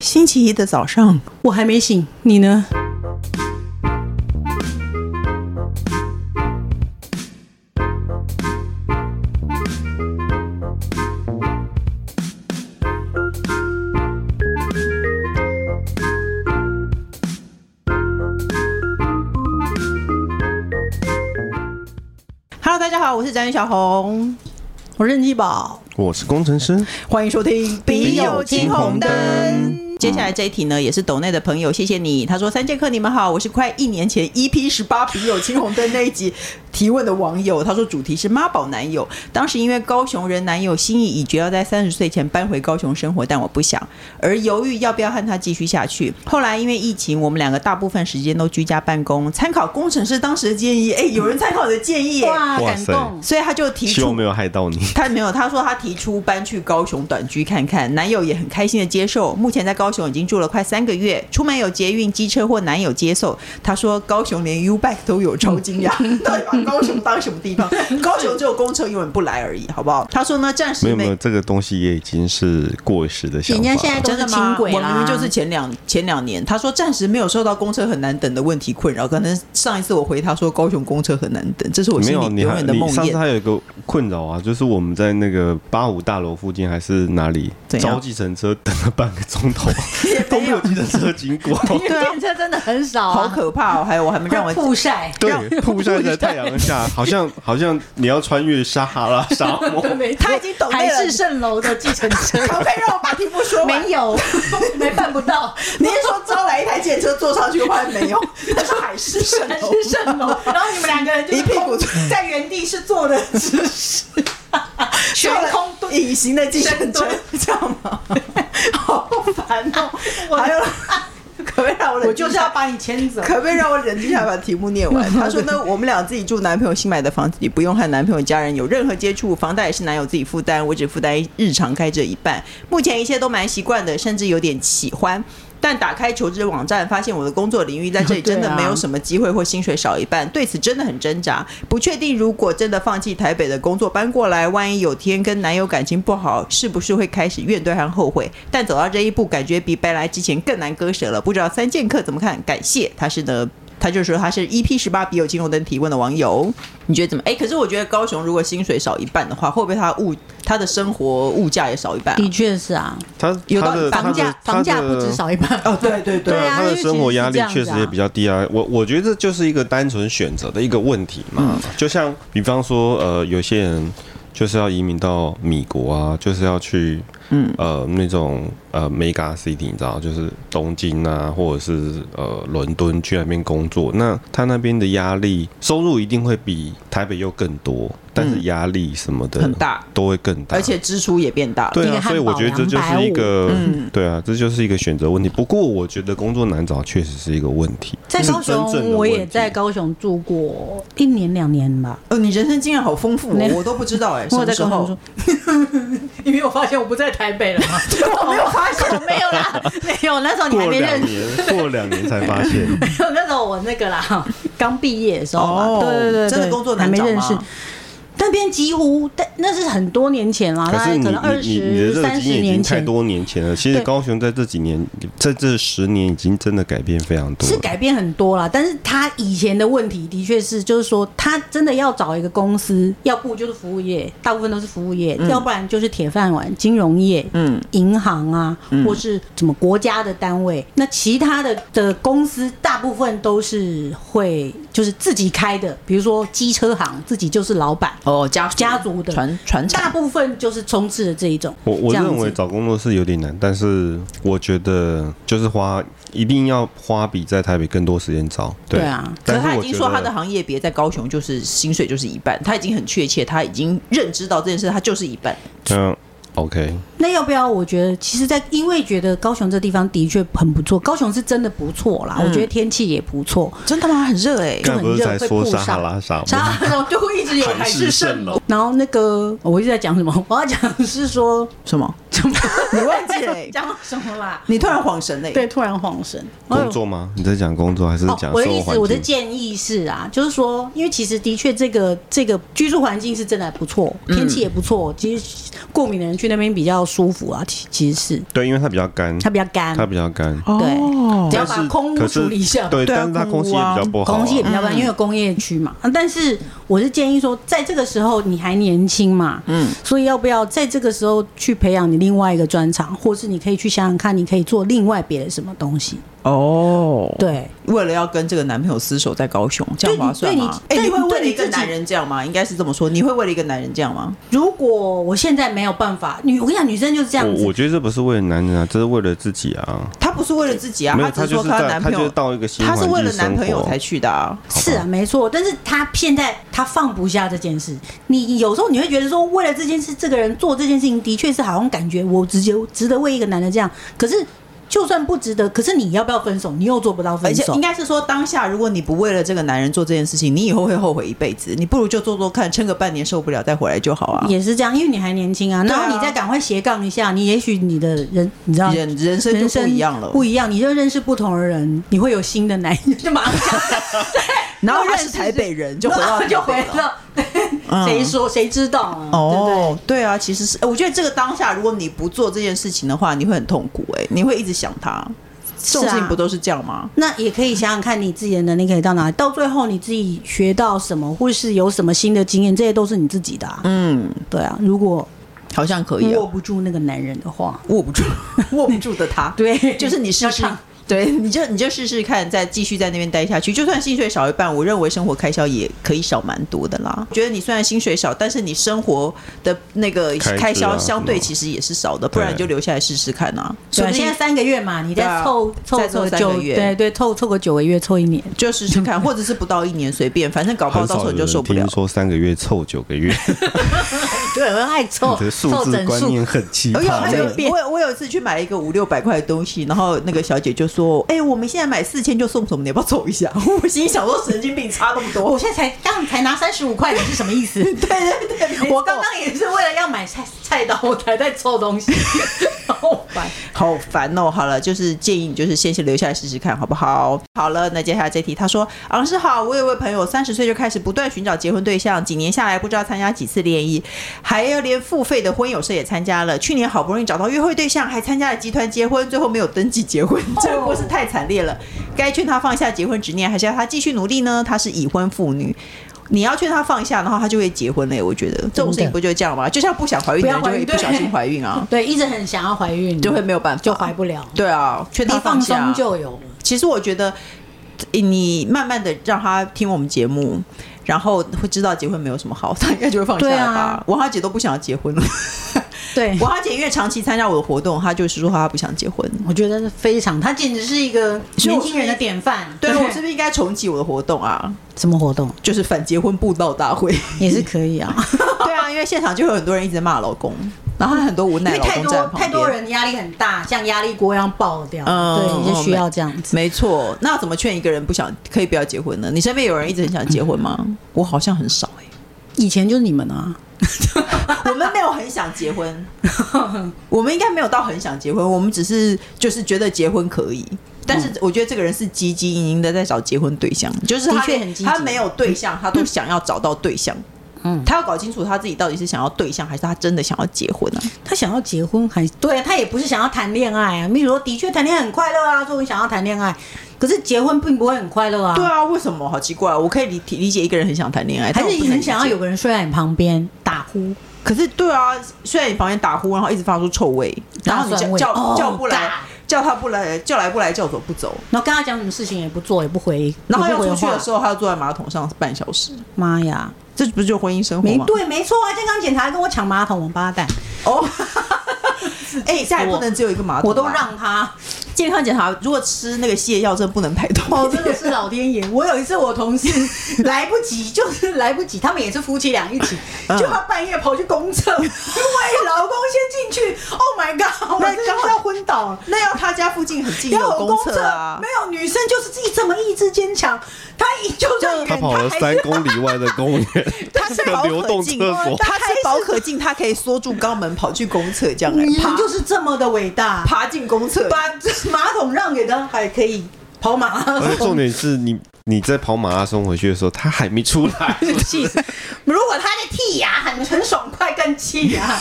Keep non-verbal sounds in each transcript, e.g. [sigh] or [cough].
星期一的早上，我还没醒，你呢？Hello，大家好，我是宅女小红，我是任基宝，我是工程师，欢迎收听《笔友金红灯》。接下来这一题呢，也是抖内的朋友，谢谢你。他说：“三剑客，你们好，我是快一年前 EP 十八《笔友青红灯》那一集提问的网友。他说主题是妈宝男友，当时因为高雄人男友心意已决，要在三十岁前搬回高雄生活，但我不想，而犹豫要不要和他继续下去。后来因为疫情，我们两个大部分时间都居家办公。参考工程师当时的建议，哎，有人参考我的建议耶，哎哇，哇感塞动！所以他就提希望出没有害到你。他没有，他说他提出搬去高雄短居看看，男友也很开心的接受。目前在高雄已经住了快三个月，出门有捷运、机车或男友接送。他说高雄连 U bike 都有，超惊讶，到底把高雄当什么地方？高雄只有公车永远不来而已，好不好？他说呢，暂时 [laughs] 没有没有，这个东西也已经是过时的想人家法。现在都真是的轻吗？轨我啦，明明就是前两前两年，他说暂时没有受到公车很难等的问题困扰。可能上一次我回他说高雄公车很难等，这是我没心有啊里你永还远的你梦上次魇。还有一个困扰啊，就是我们在那个八五大楼附近还是哪里怎样招计程车等了半个钟头，都没有计程车经过。因为电车真的很少啊，好可怕哦！还有我还没让我会曝晒。对，曝晒在太阳下，好像好像你要穿越撒哈拉沙 [laughs] 漠。他已经懂海内了市蜃楼的计程车可不可以让我把题目说完？没有， [laughs] 没办不到， [laughs] 你是说招来一台电车坐上去换没 [laughs] 有？那是海市蜃海市楼，蜃楼。然后你们两个人就一是屁股在原地是坐的姿势，悬空坐了 [laughs] 隐形的计程车深，这样吗？ [laughs] 好烦哦！我还有，可不可以让我 [laughs] 我冷静就一是要下？把你牵走。可不可以让我忍一下把题目念 [laughs] 完？他说呢，我们俩自己住男朋友新买的房子里，不用和男朋友家人有任何接触，房贷也是男友自己负担，我只负担日常开支的一半。目前一切都蛮习惯的，甚至有点喜欢。但打开求职网站，发现我的工作领域在这里 [laughs] 对啊真的没有什么机会，或薪水少一半，对此真的很挣扎。不确定如果真的放弃台北的工作搬过来，万一有天跟男友感情不好，是不是会开始怨怼和后悔？但走到这一步，感觉比白来之前更难割舍了。不知道三剑客怎么看？感谢他是的。他就说他是 EP 十八笔友金融灯提问的网友，你觉得怎么？哎、可是我觉得高雄如果薪水少一半的话，会不会他物他的生活物价也少一半啊、的确是啊，他有到他的房价他房的价不他止的少一半。哦，对对对对啊他因的为生活其实是压力这样确子实啊也比较低啊。我我觉得这就是一个单纯选择的一个问题嘛。嗯就像比方说，呃，有些人就是要移民到米国啊，就是要去嗯呃那种呃 mega city，你知道，就是东京啊，或者是呃伦敦去那边工作。那他那边的压力，收入一定会比台北又更多，但嗯是压力什么的、很大，都会更大，而且支出也变大了。对一啊，个汉堡所以我觉得这就是一个，嗯对啊，这就是一个选择问题。不过我觉得工作难找确实是一个问题，在是高真正雄，的我问题也在高雄住过一年两年吧。哦，你人生经验好丰 [laughs] 富、哦没，有我都不知道哎、什我有么在时高雄候住， [laughs] 因为我发现我不在台北了嘛。我没有发现。 [laughs] 我没有 [laughs] 啦，没有，那时候你还过没两认识。年，过两年才发 [laughs] 现，那时候我那个啦， [laughs] 刚毕业的时候嘛，哦对对对，真的工作还难没找吗认识。那边几乎，但那是很多年前啦，可大是概你能二你你你的十这个三经十验已经年太前，多年前了。其实对高雄在这几年，在这十年已经真的改变非常多是了。改变很多啦。但是他以前的问题的确是，就是说他真的要找一个公司，要不就是服务业，大部分都是服务业，嗯要不然就是铁饭碗、金融业、嗯，银行啊，或是什么国家的单位，那其他的的公司大部分都是会就是自己开的，比如说机车行自己就是老板，哦，家族家族的传传大产，部分就是充斥着这一种。我我这样认为子找工作是有点难，但是我觉得就是花一定要花比在台北更多时间找。对啊可但是是他已我经觉说他得的行业别在高雄，就是薪水就是一半，他已经很确切，他已经认知到这件事，他就是一半。嗯，OK，那要不要？我觉得其实在，因为觉得高雄这地方的确很不错，高雄是真的不错啦，我觉得天气也不错，真的吗？很热哎、就刚很才嗯不是热才会说曝撒哈晒拉沙漠？沙龙就会一直有海市蜃楼。然后那个我一直在讲什么？我要讲是 [laughs] 说什 [laughs] 么？什么？你忘记了欸讲什么啦？ [laughs] 你突然恍神了、欸。对，突然晃神。工作吗？你在讲工作还是哦讲，我的生活意环思，我的境？建议是啊，就是说，因为其实的确这嗯个这个居住环境是真的还不错，天气也不错，其实过敏的人去那边比较舒服啊，其其实是对，因为它比较干，它比较干，它比较干。哦只要但把是空可屋是处理一下。对，对啊但是它空空气污也啊比较不好啊。空气也比较干，因为有工业区嘛。啊但是我是建议说，在这个时候你还年轻嘛，嗯，所以要不要在这个时候去培养你另外一个专长，或是你可以去想想看，你可以做另外别的什么东西？哦，对，为了要跟这个男朋友厮守在高雄，这样对你划算吗？哎、对你你会对你为了一个自己男人这样吗？应该是这么说，你会为了一个男人这样吗？如果我现在没有办法，女我跟你讲，女生就是这样我我子，啊觉得这不是为了男人啊，这是为了自己啊。她不是为了自己啊，没有，她只就说是她在，男他朋就是友，到一个新她环是为境了男生朋友活才。去的啊。是啊，没错。但是她现在她放不下这件事，你有时候你会觉得说，为了这件事，这个人做这件事情，的确是好像感觉我直接值得为一个男的这样，可是。就算不值得，可是你要不要分手？你又做不到而分且手，应该是说，当下如果你不为了这个男人做这件事情，你以后会后悔一辈子。你不如就做做看，撑个半年受不了再回来就好啊。也是这样，因为你还年轻啊，对啊然后你再赶快斜杠一下，你也许你的人，你知道。人人生就人不生一样了，不一样，你就认识不同的人，你会有新的男人，就马上 [laughs] 想对，然后认认识识台北人就回到就台回北了。嗯到， [laughs] 谁说谁知道啊？哦，对啊，其实是，哎我觉得这个当下，如果你不做这件事情的话，你会很痛苦、哎，你会一直想他。这种是啊事情不都是这样吗？那也可以想想看你自己的能力可以到哪里，到最后你自己学到什么，或是有什么新的经验，这些都是你自己的、啊。嗯，对啊，如果好像可以啊握，不住那个男人的话， [laughs] 握不住， [laughs] 握不住的他。 [laughs] 对就是你试试要唱，对，你就你就试试看，再继续在那边待下去。就算薪水少一半，我认为生活开销也可以少蛮多的啦。我觉得你虽然薪水少，但是你生活的那个开支啊开销什相么对其实也是少的，不然你就留下来试试看啊。对说啊，不定现在三个月嘛，你对啊再凑、凑再凑个三九个，月对对，凑凑个九个月，[laughs] 凑一年。就试试看，或者是不到一年随便，反正搞不好很到时少候你就受有人不了听。说三个月凑九个月，对，我爱凑你的数哦凑字整观数，念很奇哎呦，还葩有呢。我有我有一次去买了一个五六百块的东西，然后那个小姐就说：“哎、我们现在买四千就送什么？你要不要凑一下？” [laughs] 我心想说：“神经病，差那么多我现在才刚才拿三十五块，你是什么意 [laughs] 思？！”对对对，没错我刚刚也是为了要买菜菜刀，我才在凑 [laughs] 东西，好烦。好烦哦。好了，就是建议你就是先先留下来试试看，好不好？好了，那接下来这题，他说：“昂师好，我有位朋友三十岁就开始不断寻找结婚对象，几年下来不知道参加几次联谊，还有连付费的婚友社也参加了。去年好不容易找到约会对象，还参加了集团结婚， [laughs] 最后没有登记结婚，这不是太惨烈了。该劝他放下结婚执念，还是要他继续努力呢？她是已婚妇女。”你要劝她放下，然后她就会结婚嘞。我觉得这种事情不就这样吗？就像不想怀孕的人不就要怀会孕不小心对怀孕啊。 [laughs] 对，一直很想要怀孕，就会没有办法就怀不了。对啊，劝他一放下松。就有了，其实我觉得，呃你慢慢的让他听我们节目，然后会知道结婚没有什么好，他 [laughs] 应该就会放下对了啊吧。王浩姐都不想要结 [laughs] 婚了。对。王浩姐因为长期参加我的活动，她就是说她不想结婚。我觉得是非常，他简直是一个所以年我是轻人的典范。对，我是不是应该重启我的活动啊？什么活动就是反结婚布道大会。 [laughs] [laughs] 也是可以 [laughs] 啊，对啊，因为现场就有很多人一直骂老公，然后很多无因奈为老太公多站在旁太多边人压力很大，像压力锅一样爆掉。嗯对，嗯就需要这样子。没错，那怎么劝一个人不想可以不要结婚呢？你身边有人一直很想结婚吗？ [laughs] 我好像很少哎、以前就是你们啊，我们没有很想结 [laughs] 婚，我们应该没有到很想结婚，我们只是就是觉得结婚可以。但是我觉得这个人是积极营营的在找结婚对象，就是他的确很积极他没有对象，他都想要找到对象。嗯他要搞清楚他自己到底是想要对象，还是他真的想要结婚啊？他想要结婚还对啊，他也不是想要谈恋爱啊。比如说，的确谈恋爱很快乐啊，说我想要谈恋爱，可是结婚并不会很快乐啊。对，啊，为什么？好奇怪啊，我可以理理解一个人很想谈恋爱，还但是我不你能很想要理解有。个人睡在你旁边打呼，可是对啊，虽然你房间打呼，然后一直发出臭味，然后你大蒜叫味叫哦叫不来嘎，叫他不来，叫来不来，叫走不走。然后跟他讲什么事情也不做，也不回，然后也要不回出去话的时候，他要坐在马桶上半小时，妈呀，这不是就婚姻生活没吗？对，没错啊！健康检查还跟我抢马桶，王八蛋，哦， [laughs] 哎、这还不能只有一个马桶吧，啊我都让他。健康检查，如果吃那个泻药，真的不能排毒。哦，真的是老天爷！我有一次，我同事来不及，就是来不及，他们也是夫妻俩一起，嗯就他半夜跑去公厕，喂老公先进去，Oh my god！那我真的是要昏倒了。那要他家附近很近要有公公厕啊没。有女生就是自己这么意志坚强，她一就算远，他跑了还是三公里外的公园，他 [laughs] 是的宝流可动镜，厕所，他是宝可镜，他可以缩住肛门跑去公厕，这样来女爬人就是这么的伟大，爬进公厕。把马桶让给她，还可以跑马拉而且松重。点是你你在跑马拉松回去的时候，他还没出来。气死！如果他在剔牙，很很爽快，更气牙。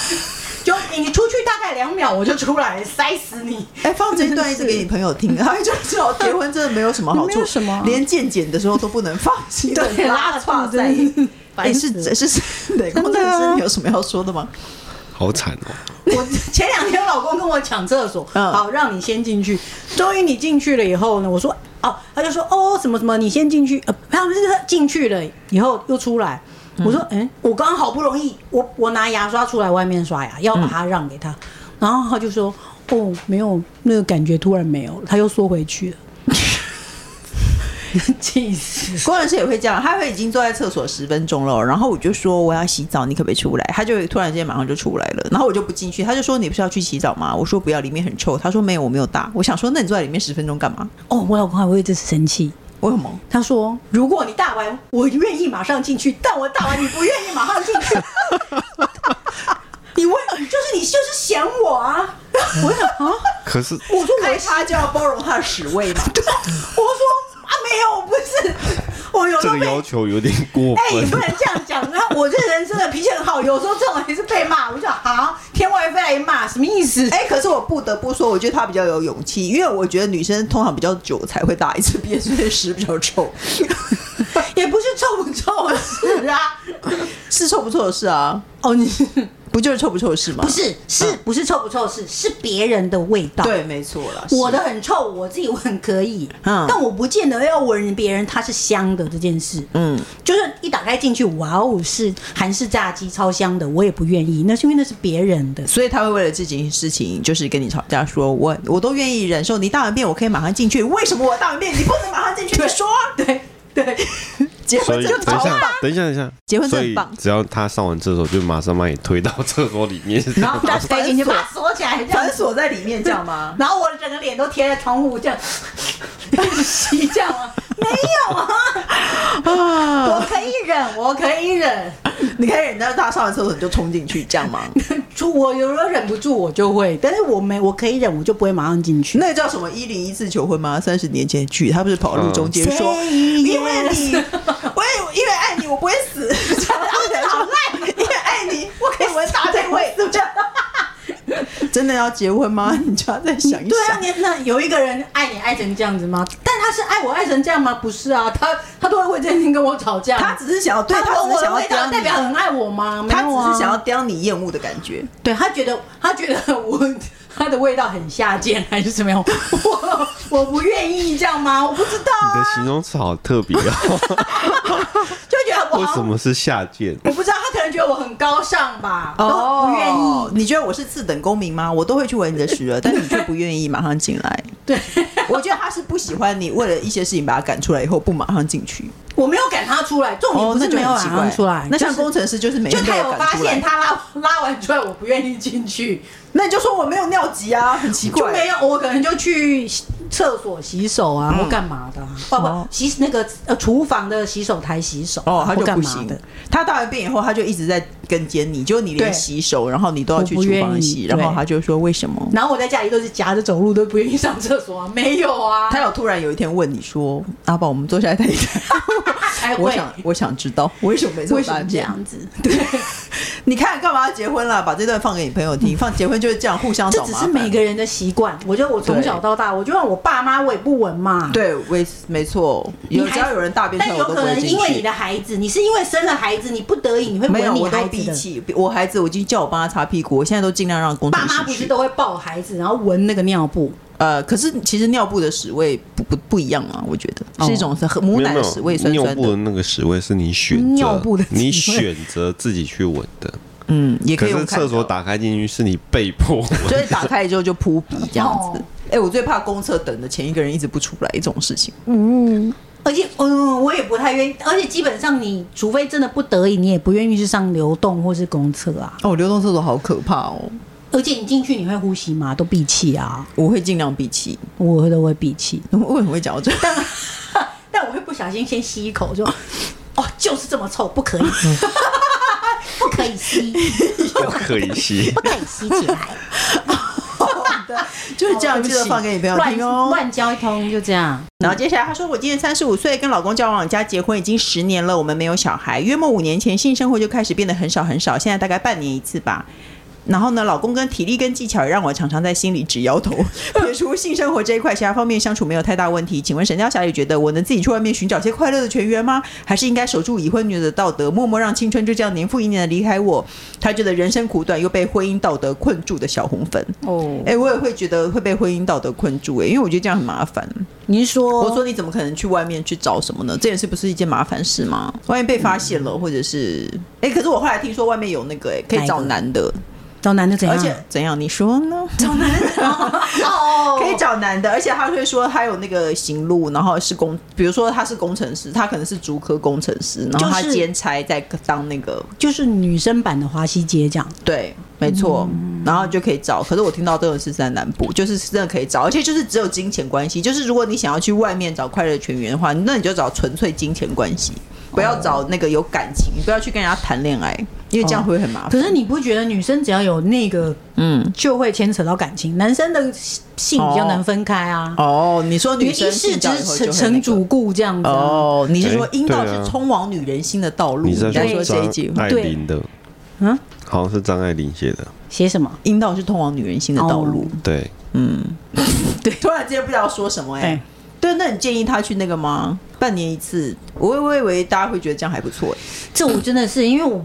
就你出去大概两秒，我就出来塞死你。哎、放这一段一直给你朋友听，他就知道结婚真的没有什么好没处，有什么啊连健检的时候都不能放弃，对拉拉胯肚在真的是。哎、烦是死是是，对，工程师，你有什么要说的吗？好惨哦！ [laughs] 我前两天我老公跟我抢厕所，嗯好让你先进去。终于你进去了以后呢，我说哦，他就说哦什么什么，你先进去。呃，他们是进去了以后又出来。我说嗯，我刚好不容易，我我拿牙刷出来外面刷牙，要把它让给他，然后他就说哦没有那个感觉，突然没有，他又缩回去了。 [laughs] 气死！工程师也会这样，他会已经坐在厕所十分钟了，然后我就说我要洗澡，你可不可以出来？他就会突然间马上就出来了，然后我就不进去，他就说你不是要去洗澡吗？我说不要，里面很臭。他说没有，我没有大。我想说那你坐在里面十分钟干嘛？哦，我老公还为这生气。为什么？他说：“如果你大完，我愿意马上进去；但我大完，你不愿意马上进去。 [laughs] 你为就是你就是嫌我啊！ [laughs] 我想啊，可是我说我开他就要包容他的屎味嘛。我说啊没有，不是我有时这候个被要求有点过哎、你不分。能这样讲。然后我这人真的脾气很好，有时候这种也是被骂。我就想啊，天外飞来骂什么意思？ [laughs] 哎、可是我不得不说，我觉得他比较有勇气，因为我觉得女生通常比较久才会大一次便，所以屎比较臭，哎也不是臭不臭的事啊。是臭不臭的事啊？哦，你不就是臭不臭的事吗？不，是是不是臭不臭的事？是别人的味道。对，没错啦。我是的很臭，我自己闻可以，嗯但我不见得要闻别人它是香的这件事。嗯，就是一打开进去，哇哦，是韩式炸鸡，超香的，我也不愿意，那是因为那是别人的。 [laughs] 所以他会为了这件事情，就是跟你吵架说，我我都愿意忍受你大完便，我可以马上进去，为什么我大完便你不能马上进去？你说啊，对对，结 [laughs] 所婚以就等吵一下啊吧。，等一下，等一下，结婚真所的很以棒只要他上完厕所，就马上把你推到厕所里 [laughs] 面。然后 [laughs] 他塞进去，把它锁起来，这样反锁在里面，这样 [laughs] 吗？然后我整个脸都贴在窗户，这样 [laughs] 吸这样吗？没有 [laughs] 啊，啊我可以忍，我可以忍。你看人家大上完厕所你就冲进去，这样吗？就我有时候忍不住，我就会，但是我没，我可以忍，我就不会马上进去。那个叫什么一零一次求婚吗？三十年前的剧，他不是跑到路中间说， Say 因为 yes 你，我也因为爱你，我不会死，然后想说因为爱你，我可以闻大腿味，这样。真的要结婚吗？你就要再想一对啊，想。你那有一个人爱你爱成这样子吗？但他是爱我爱成这样吗？不是啊，他他都会为这件事情跟我吵架。他只是想要对他他只闻我是的想味要道刁代表你，啊很爱我吗？他没有啊只是想要，刁你厌恶的感觉。对他觉得他觉得我他的味道很下贱 [laughs] 还是怎么样？我我不愿意这样吗？我不知道你的啊，形容词好特 [laughs] 别哦，就觉得我嗯为好什像么是下贱？我不知道，他可能觉得我很高尚吧，哦都不愿意。你觉得我是次等公民吗？我都会去闻你的屎 [laughs] 了，但你却不愿意马上进来。对，我觉得他是不喜欢你，为了一些事情把他赶出来以后不马上进去。我没有赶他出来，重点哦，不那是就没有很赶奇怪他出来，那就像是工程师就是每就天都他有赶发出来现，他拉拉完出来，我不愿意进去。那你就说我没有尿急啊，很奇就怪。没有，我可能就去洗厕所洗手啊，嗯或干嘛的、啊，哦哦不，洗那个呃厨房的洗手台洗手啊、哦，他或就干不嘛行的。。他大完便以后，他就一直在跟监你，就你对连洗手，然后你都要去我不厨愿房意洗，然后对他就说为什么？然后我在家里都是夹着走路，都不愿意上厕所啊， [laughs] 没有啊，他有突然有一天问你说：“阿宝，我们坐下来谈一谈。 [laughs] 还”我哎会想，我想知道为什么没做为什大么这便？样子？对，你看干嘛要结婚了？把这段放给你朋友 [laughs] 听，放结婚就是这样互相这找只麻是烦。每个人的习惯。我觉得我从对小到大，我就让我爸妈我也不闻嘛。。对，没没错，有你还只要有人大便出来，但我都有可不会能进因为你去。的孩子，你是因为生了孩子，你不得已你会没有，闻你我孩都子闭的。气。我孩子，我已经叫我帮他擦屁股，我现在都尽量让工程爸妈师不是去。都会抱孩子，然后闻那个尿布？呃，可是其实尿布的屎味不不不一样啊，我觉得哦是一种很母没有奶没的屎味有，酸尿酸布的的，那个屎味是你选择，尿布的你屎味选择自己去闻的， [laughs] 嗯，也可可以是用看厕所的打开进去是你被迫闻。所以打开之后就扑鼻这样子哦。哎、我最怕公厕等的前一个人一直不出来这种事情。而且，嗯，我也不太愿意，而且基本上你，除非真的不得已，你也不愿意去上流动或是公厕啊。哦，流动厕所好可怕哦！而且你进去你会呼吸吗？都闭气啊，我会尽量闭气。我会都会闭气，为什么会讲到这？ [laughs] 但我会不小心先吸一口就，哦，就是这么臭，不可以， [laughs] 不可以吸，不可以吸 [laughs] 不，可以吸起 [laughs] 来，哦就是这样，记得放给你朋友乱听哦。乱交一通就这样。然后接下来他说，我今年三十五岁，跟老公交往加结婚已经十年了，我们没有小孩。约莫五年前，性生活就开始变得很少很少，现在大概半年一次吧。然后呢，老公跟体力跟技巧也让我常常在心里直摇头。撇除性生活这一块，其他方面相处没有太大问题。请问神雕侠侣觉得我能自己去外面寻找些快乐的泉源吗？还是应该守住已婚女的道德，默默让青春就这样年复一年的离开我？他觉得人生苦短，又被婚姻道德困住的小红粉。哦，哎、我也会觉得会被婚姻道德困住、哎，因为我觉得这样很麻烦。你是说，我说你怎么可能去外面去找什么呢？这件事不是一件麻烦事吗？万一被发现了，或者是嗯哎、可是我后来听说外面有那个哎、可以找男的，找男的怎样？而 [laughs] 且怎样？你说呢？啊找男 [laughs] 的哦，可以找男的，而且他会说他有那个行路，然后是工，比如说他是工程师，他可能是竹科工程师，然后他就是兼差在当那个，就是女生版的华西街这样。对，没错，然后就可以找。可是我听到这个是在南部，就是真的可以找，而且就是只有金钱关系，就是如果你想要去外面找快乐全员的话，那你就找纯粹金钱关系，不要找那个有感情，不要去跟人家谈恋爱，因为这样会很麻烦。可是你不觉得女生只要有那个，啊嗯，就会牵扯到感情，男生的性比较难分开啊。 [laughs] 哦，你说一女生世信之教以后就成会成那个主顾这样子啊、哦，你是说哎阴道对啊是通往女人心的道路？你在在说说这一张句话爱对玲的，嗯，好像是张爱玲写的，写什么？阴道是通往女人心的道路。对，对，突然之间不知道说什么哎、对对，那你建议他去那个吗？半年一次，我我以为大家会觉得这样还不错、哎，这我真的是因为我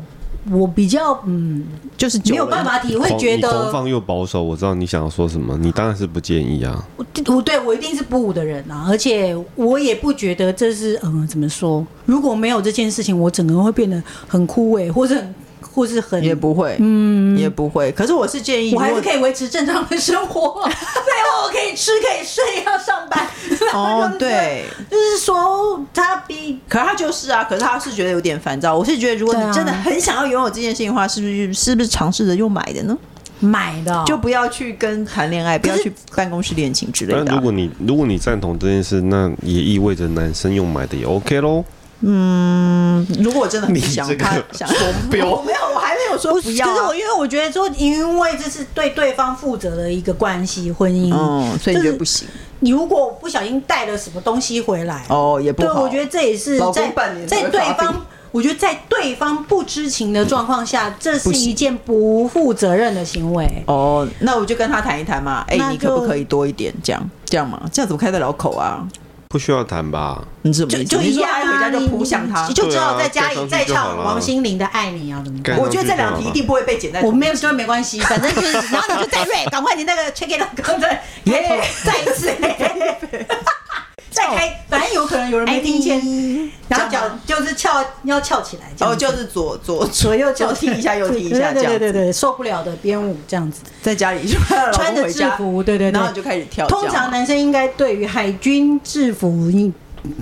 我比较嗯就是久没了有办法体会，狂觉你狂得放又保守，我知道你想要说什么，你当然是不建议啊。我我对我一定是不的人啊，而且我也不觉得这是嗯、怎么说？如果没有这件事情，我整个人会变得很枯萎，或是很或是很也不会，嗯，也不会。可是我是建议，我还是如果可以维持正常的生 [laughs] 活，废话，我可以吃，可以睡，要上班。 [laughs] 哦，对。就是说他比可是他就是啊，可是他是觉得有点烦躁。我是觉得，如果对啊你真的很想要拥有这件事情的话，是不是是不是尝试着用买的呢？买的哦就不要去跟谈恋爱，不要可是去办公室恋情之类那的啊、如果你如果你赞同这件事，那也意味着男生用买的也 OK 咯。嗯如果我真的很你想这个他想双标，我没有，我还没有说不不是，要可是啊、我因为我觉得说，因为这是对对方负责的一个关系，婚姻，嗯，所以你觉得不就是行你如果不小心带了什么东西回来，哦，也不对，好。我觉得这也是老公在半年才在会对发病方，我觉得在对方不知情的状况下，这是不行一件不负责任的行为。哦，那我就跟他谈一谈嘛。哎、那你就可不可以多一点？这样这样嘛，这样怎么开得了口啊？不需要谈吧？你怎么就意思就你一说样哎啊，回家就你扑向他你。就只好对啊在家里盖上去再就好唱了王心凌的《爱你》啊，怎么办盖？我觉得这两题一定不会被剪在同我一没有就没 [laughs] 关系，反正就是，然后你就再 r 赶快你那个 check it out，赶快耶耶，哎再一 [laughs] 次再开，反正有可能有人没听见，见，哎然后这样脚吗就是翘要翘起来，这样哦，子就是左左 [laughs] 左左右左脚踢 [laughs] 一下，右踢一下，这对样对子对对对，受不了的编舞这样子，在家里就让老公穿着回制家服，对对对，然后你就开始跳。通这样常吗男生应该对于海军制服应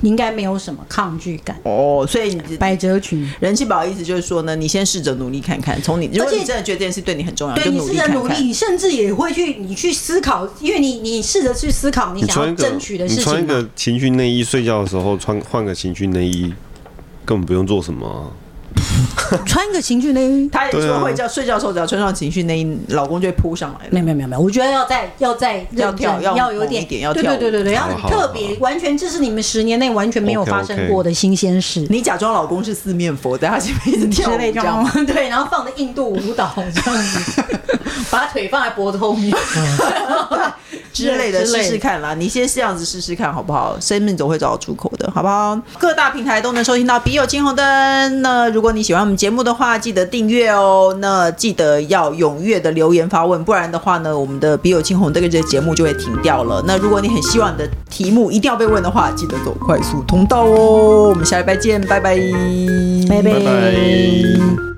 应该没有什么抗拒感，哦，所以你百褶裙。人气宝的意思就是说呢，你先试着努力看看，从你如果而你且真的觉得这件事对你很重要，对啊就你努试力着看努力，看。你甚至也会去你去思考，因为你你试着去思考你你想穿要一个争取的你事穿一情啊嘛。个情趣内衣，睡觉的时候穿换个情趣内衣，根本不用做什么啊、穿一个情趣内衣，他也对说啊会叫睡觉的时候只要穿上情绪内衣，老公就会扑上来了。没有没有没有没有，我觉得要再要再要认真跳要要有猛一点要对跳舞对对对对，要好很好特好别，完全这是你们十年内完全没有 OK，发生 OK 过的新鲜事。你假装老公是四面佛，在他前面一直跳之舞，类这这样吗种，对，然后放的印度舞蹈这 [laughs] 样子，把腿放在脖子后面嗯 [laughs] 之类的之类试的试看啦。你先这样子试试看好不好？生命总会找到出口的，好不好？各大平台都能收听到《笔友青红灯》。那如果你喜欢我们节目的话，记得订阅哦。那记得要踊跃的留言发问，不然的话呢，我们的《笔友青红灯》这个节目就会停掉了。那如果你很希望你的题目一定要被问的话，记得走快速通道哦。我们下礼拜见，拜拜，拜拜拜拜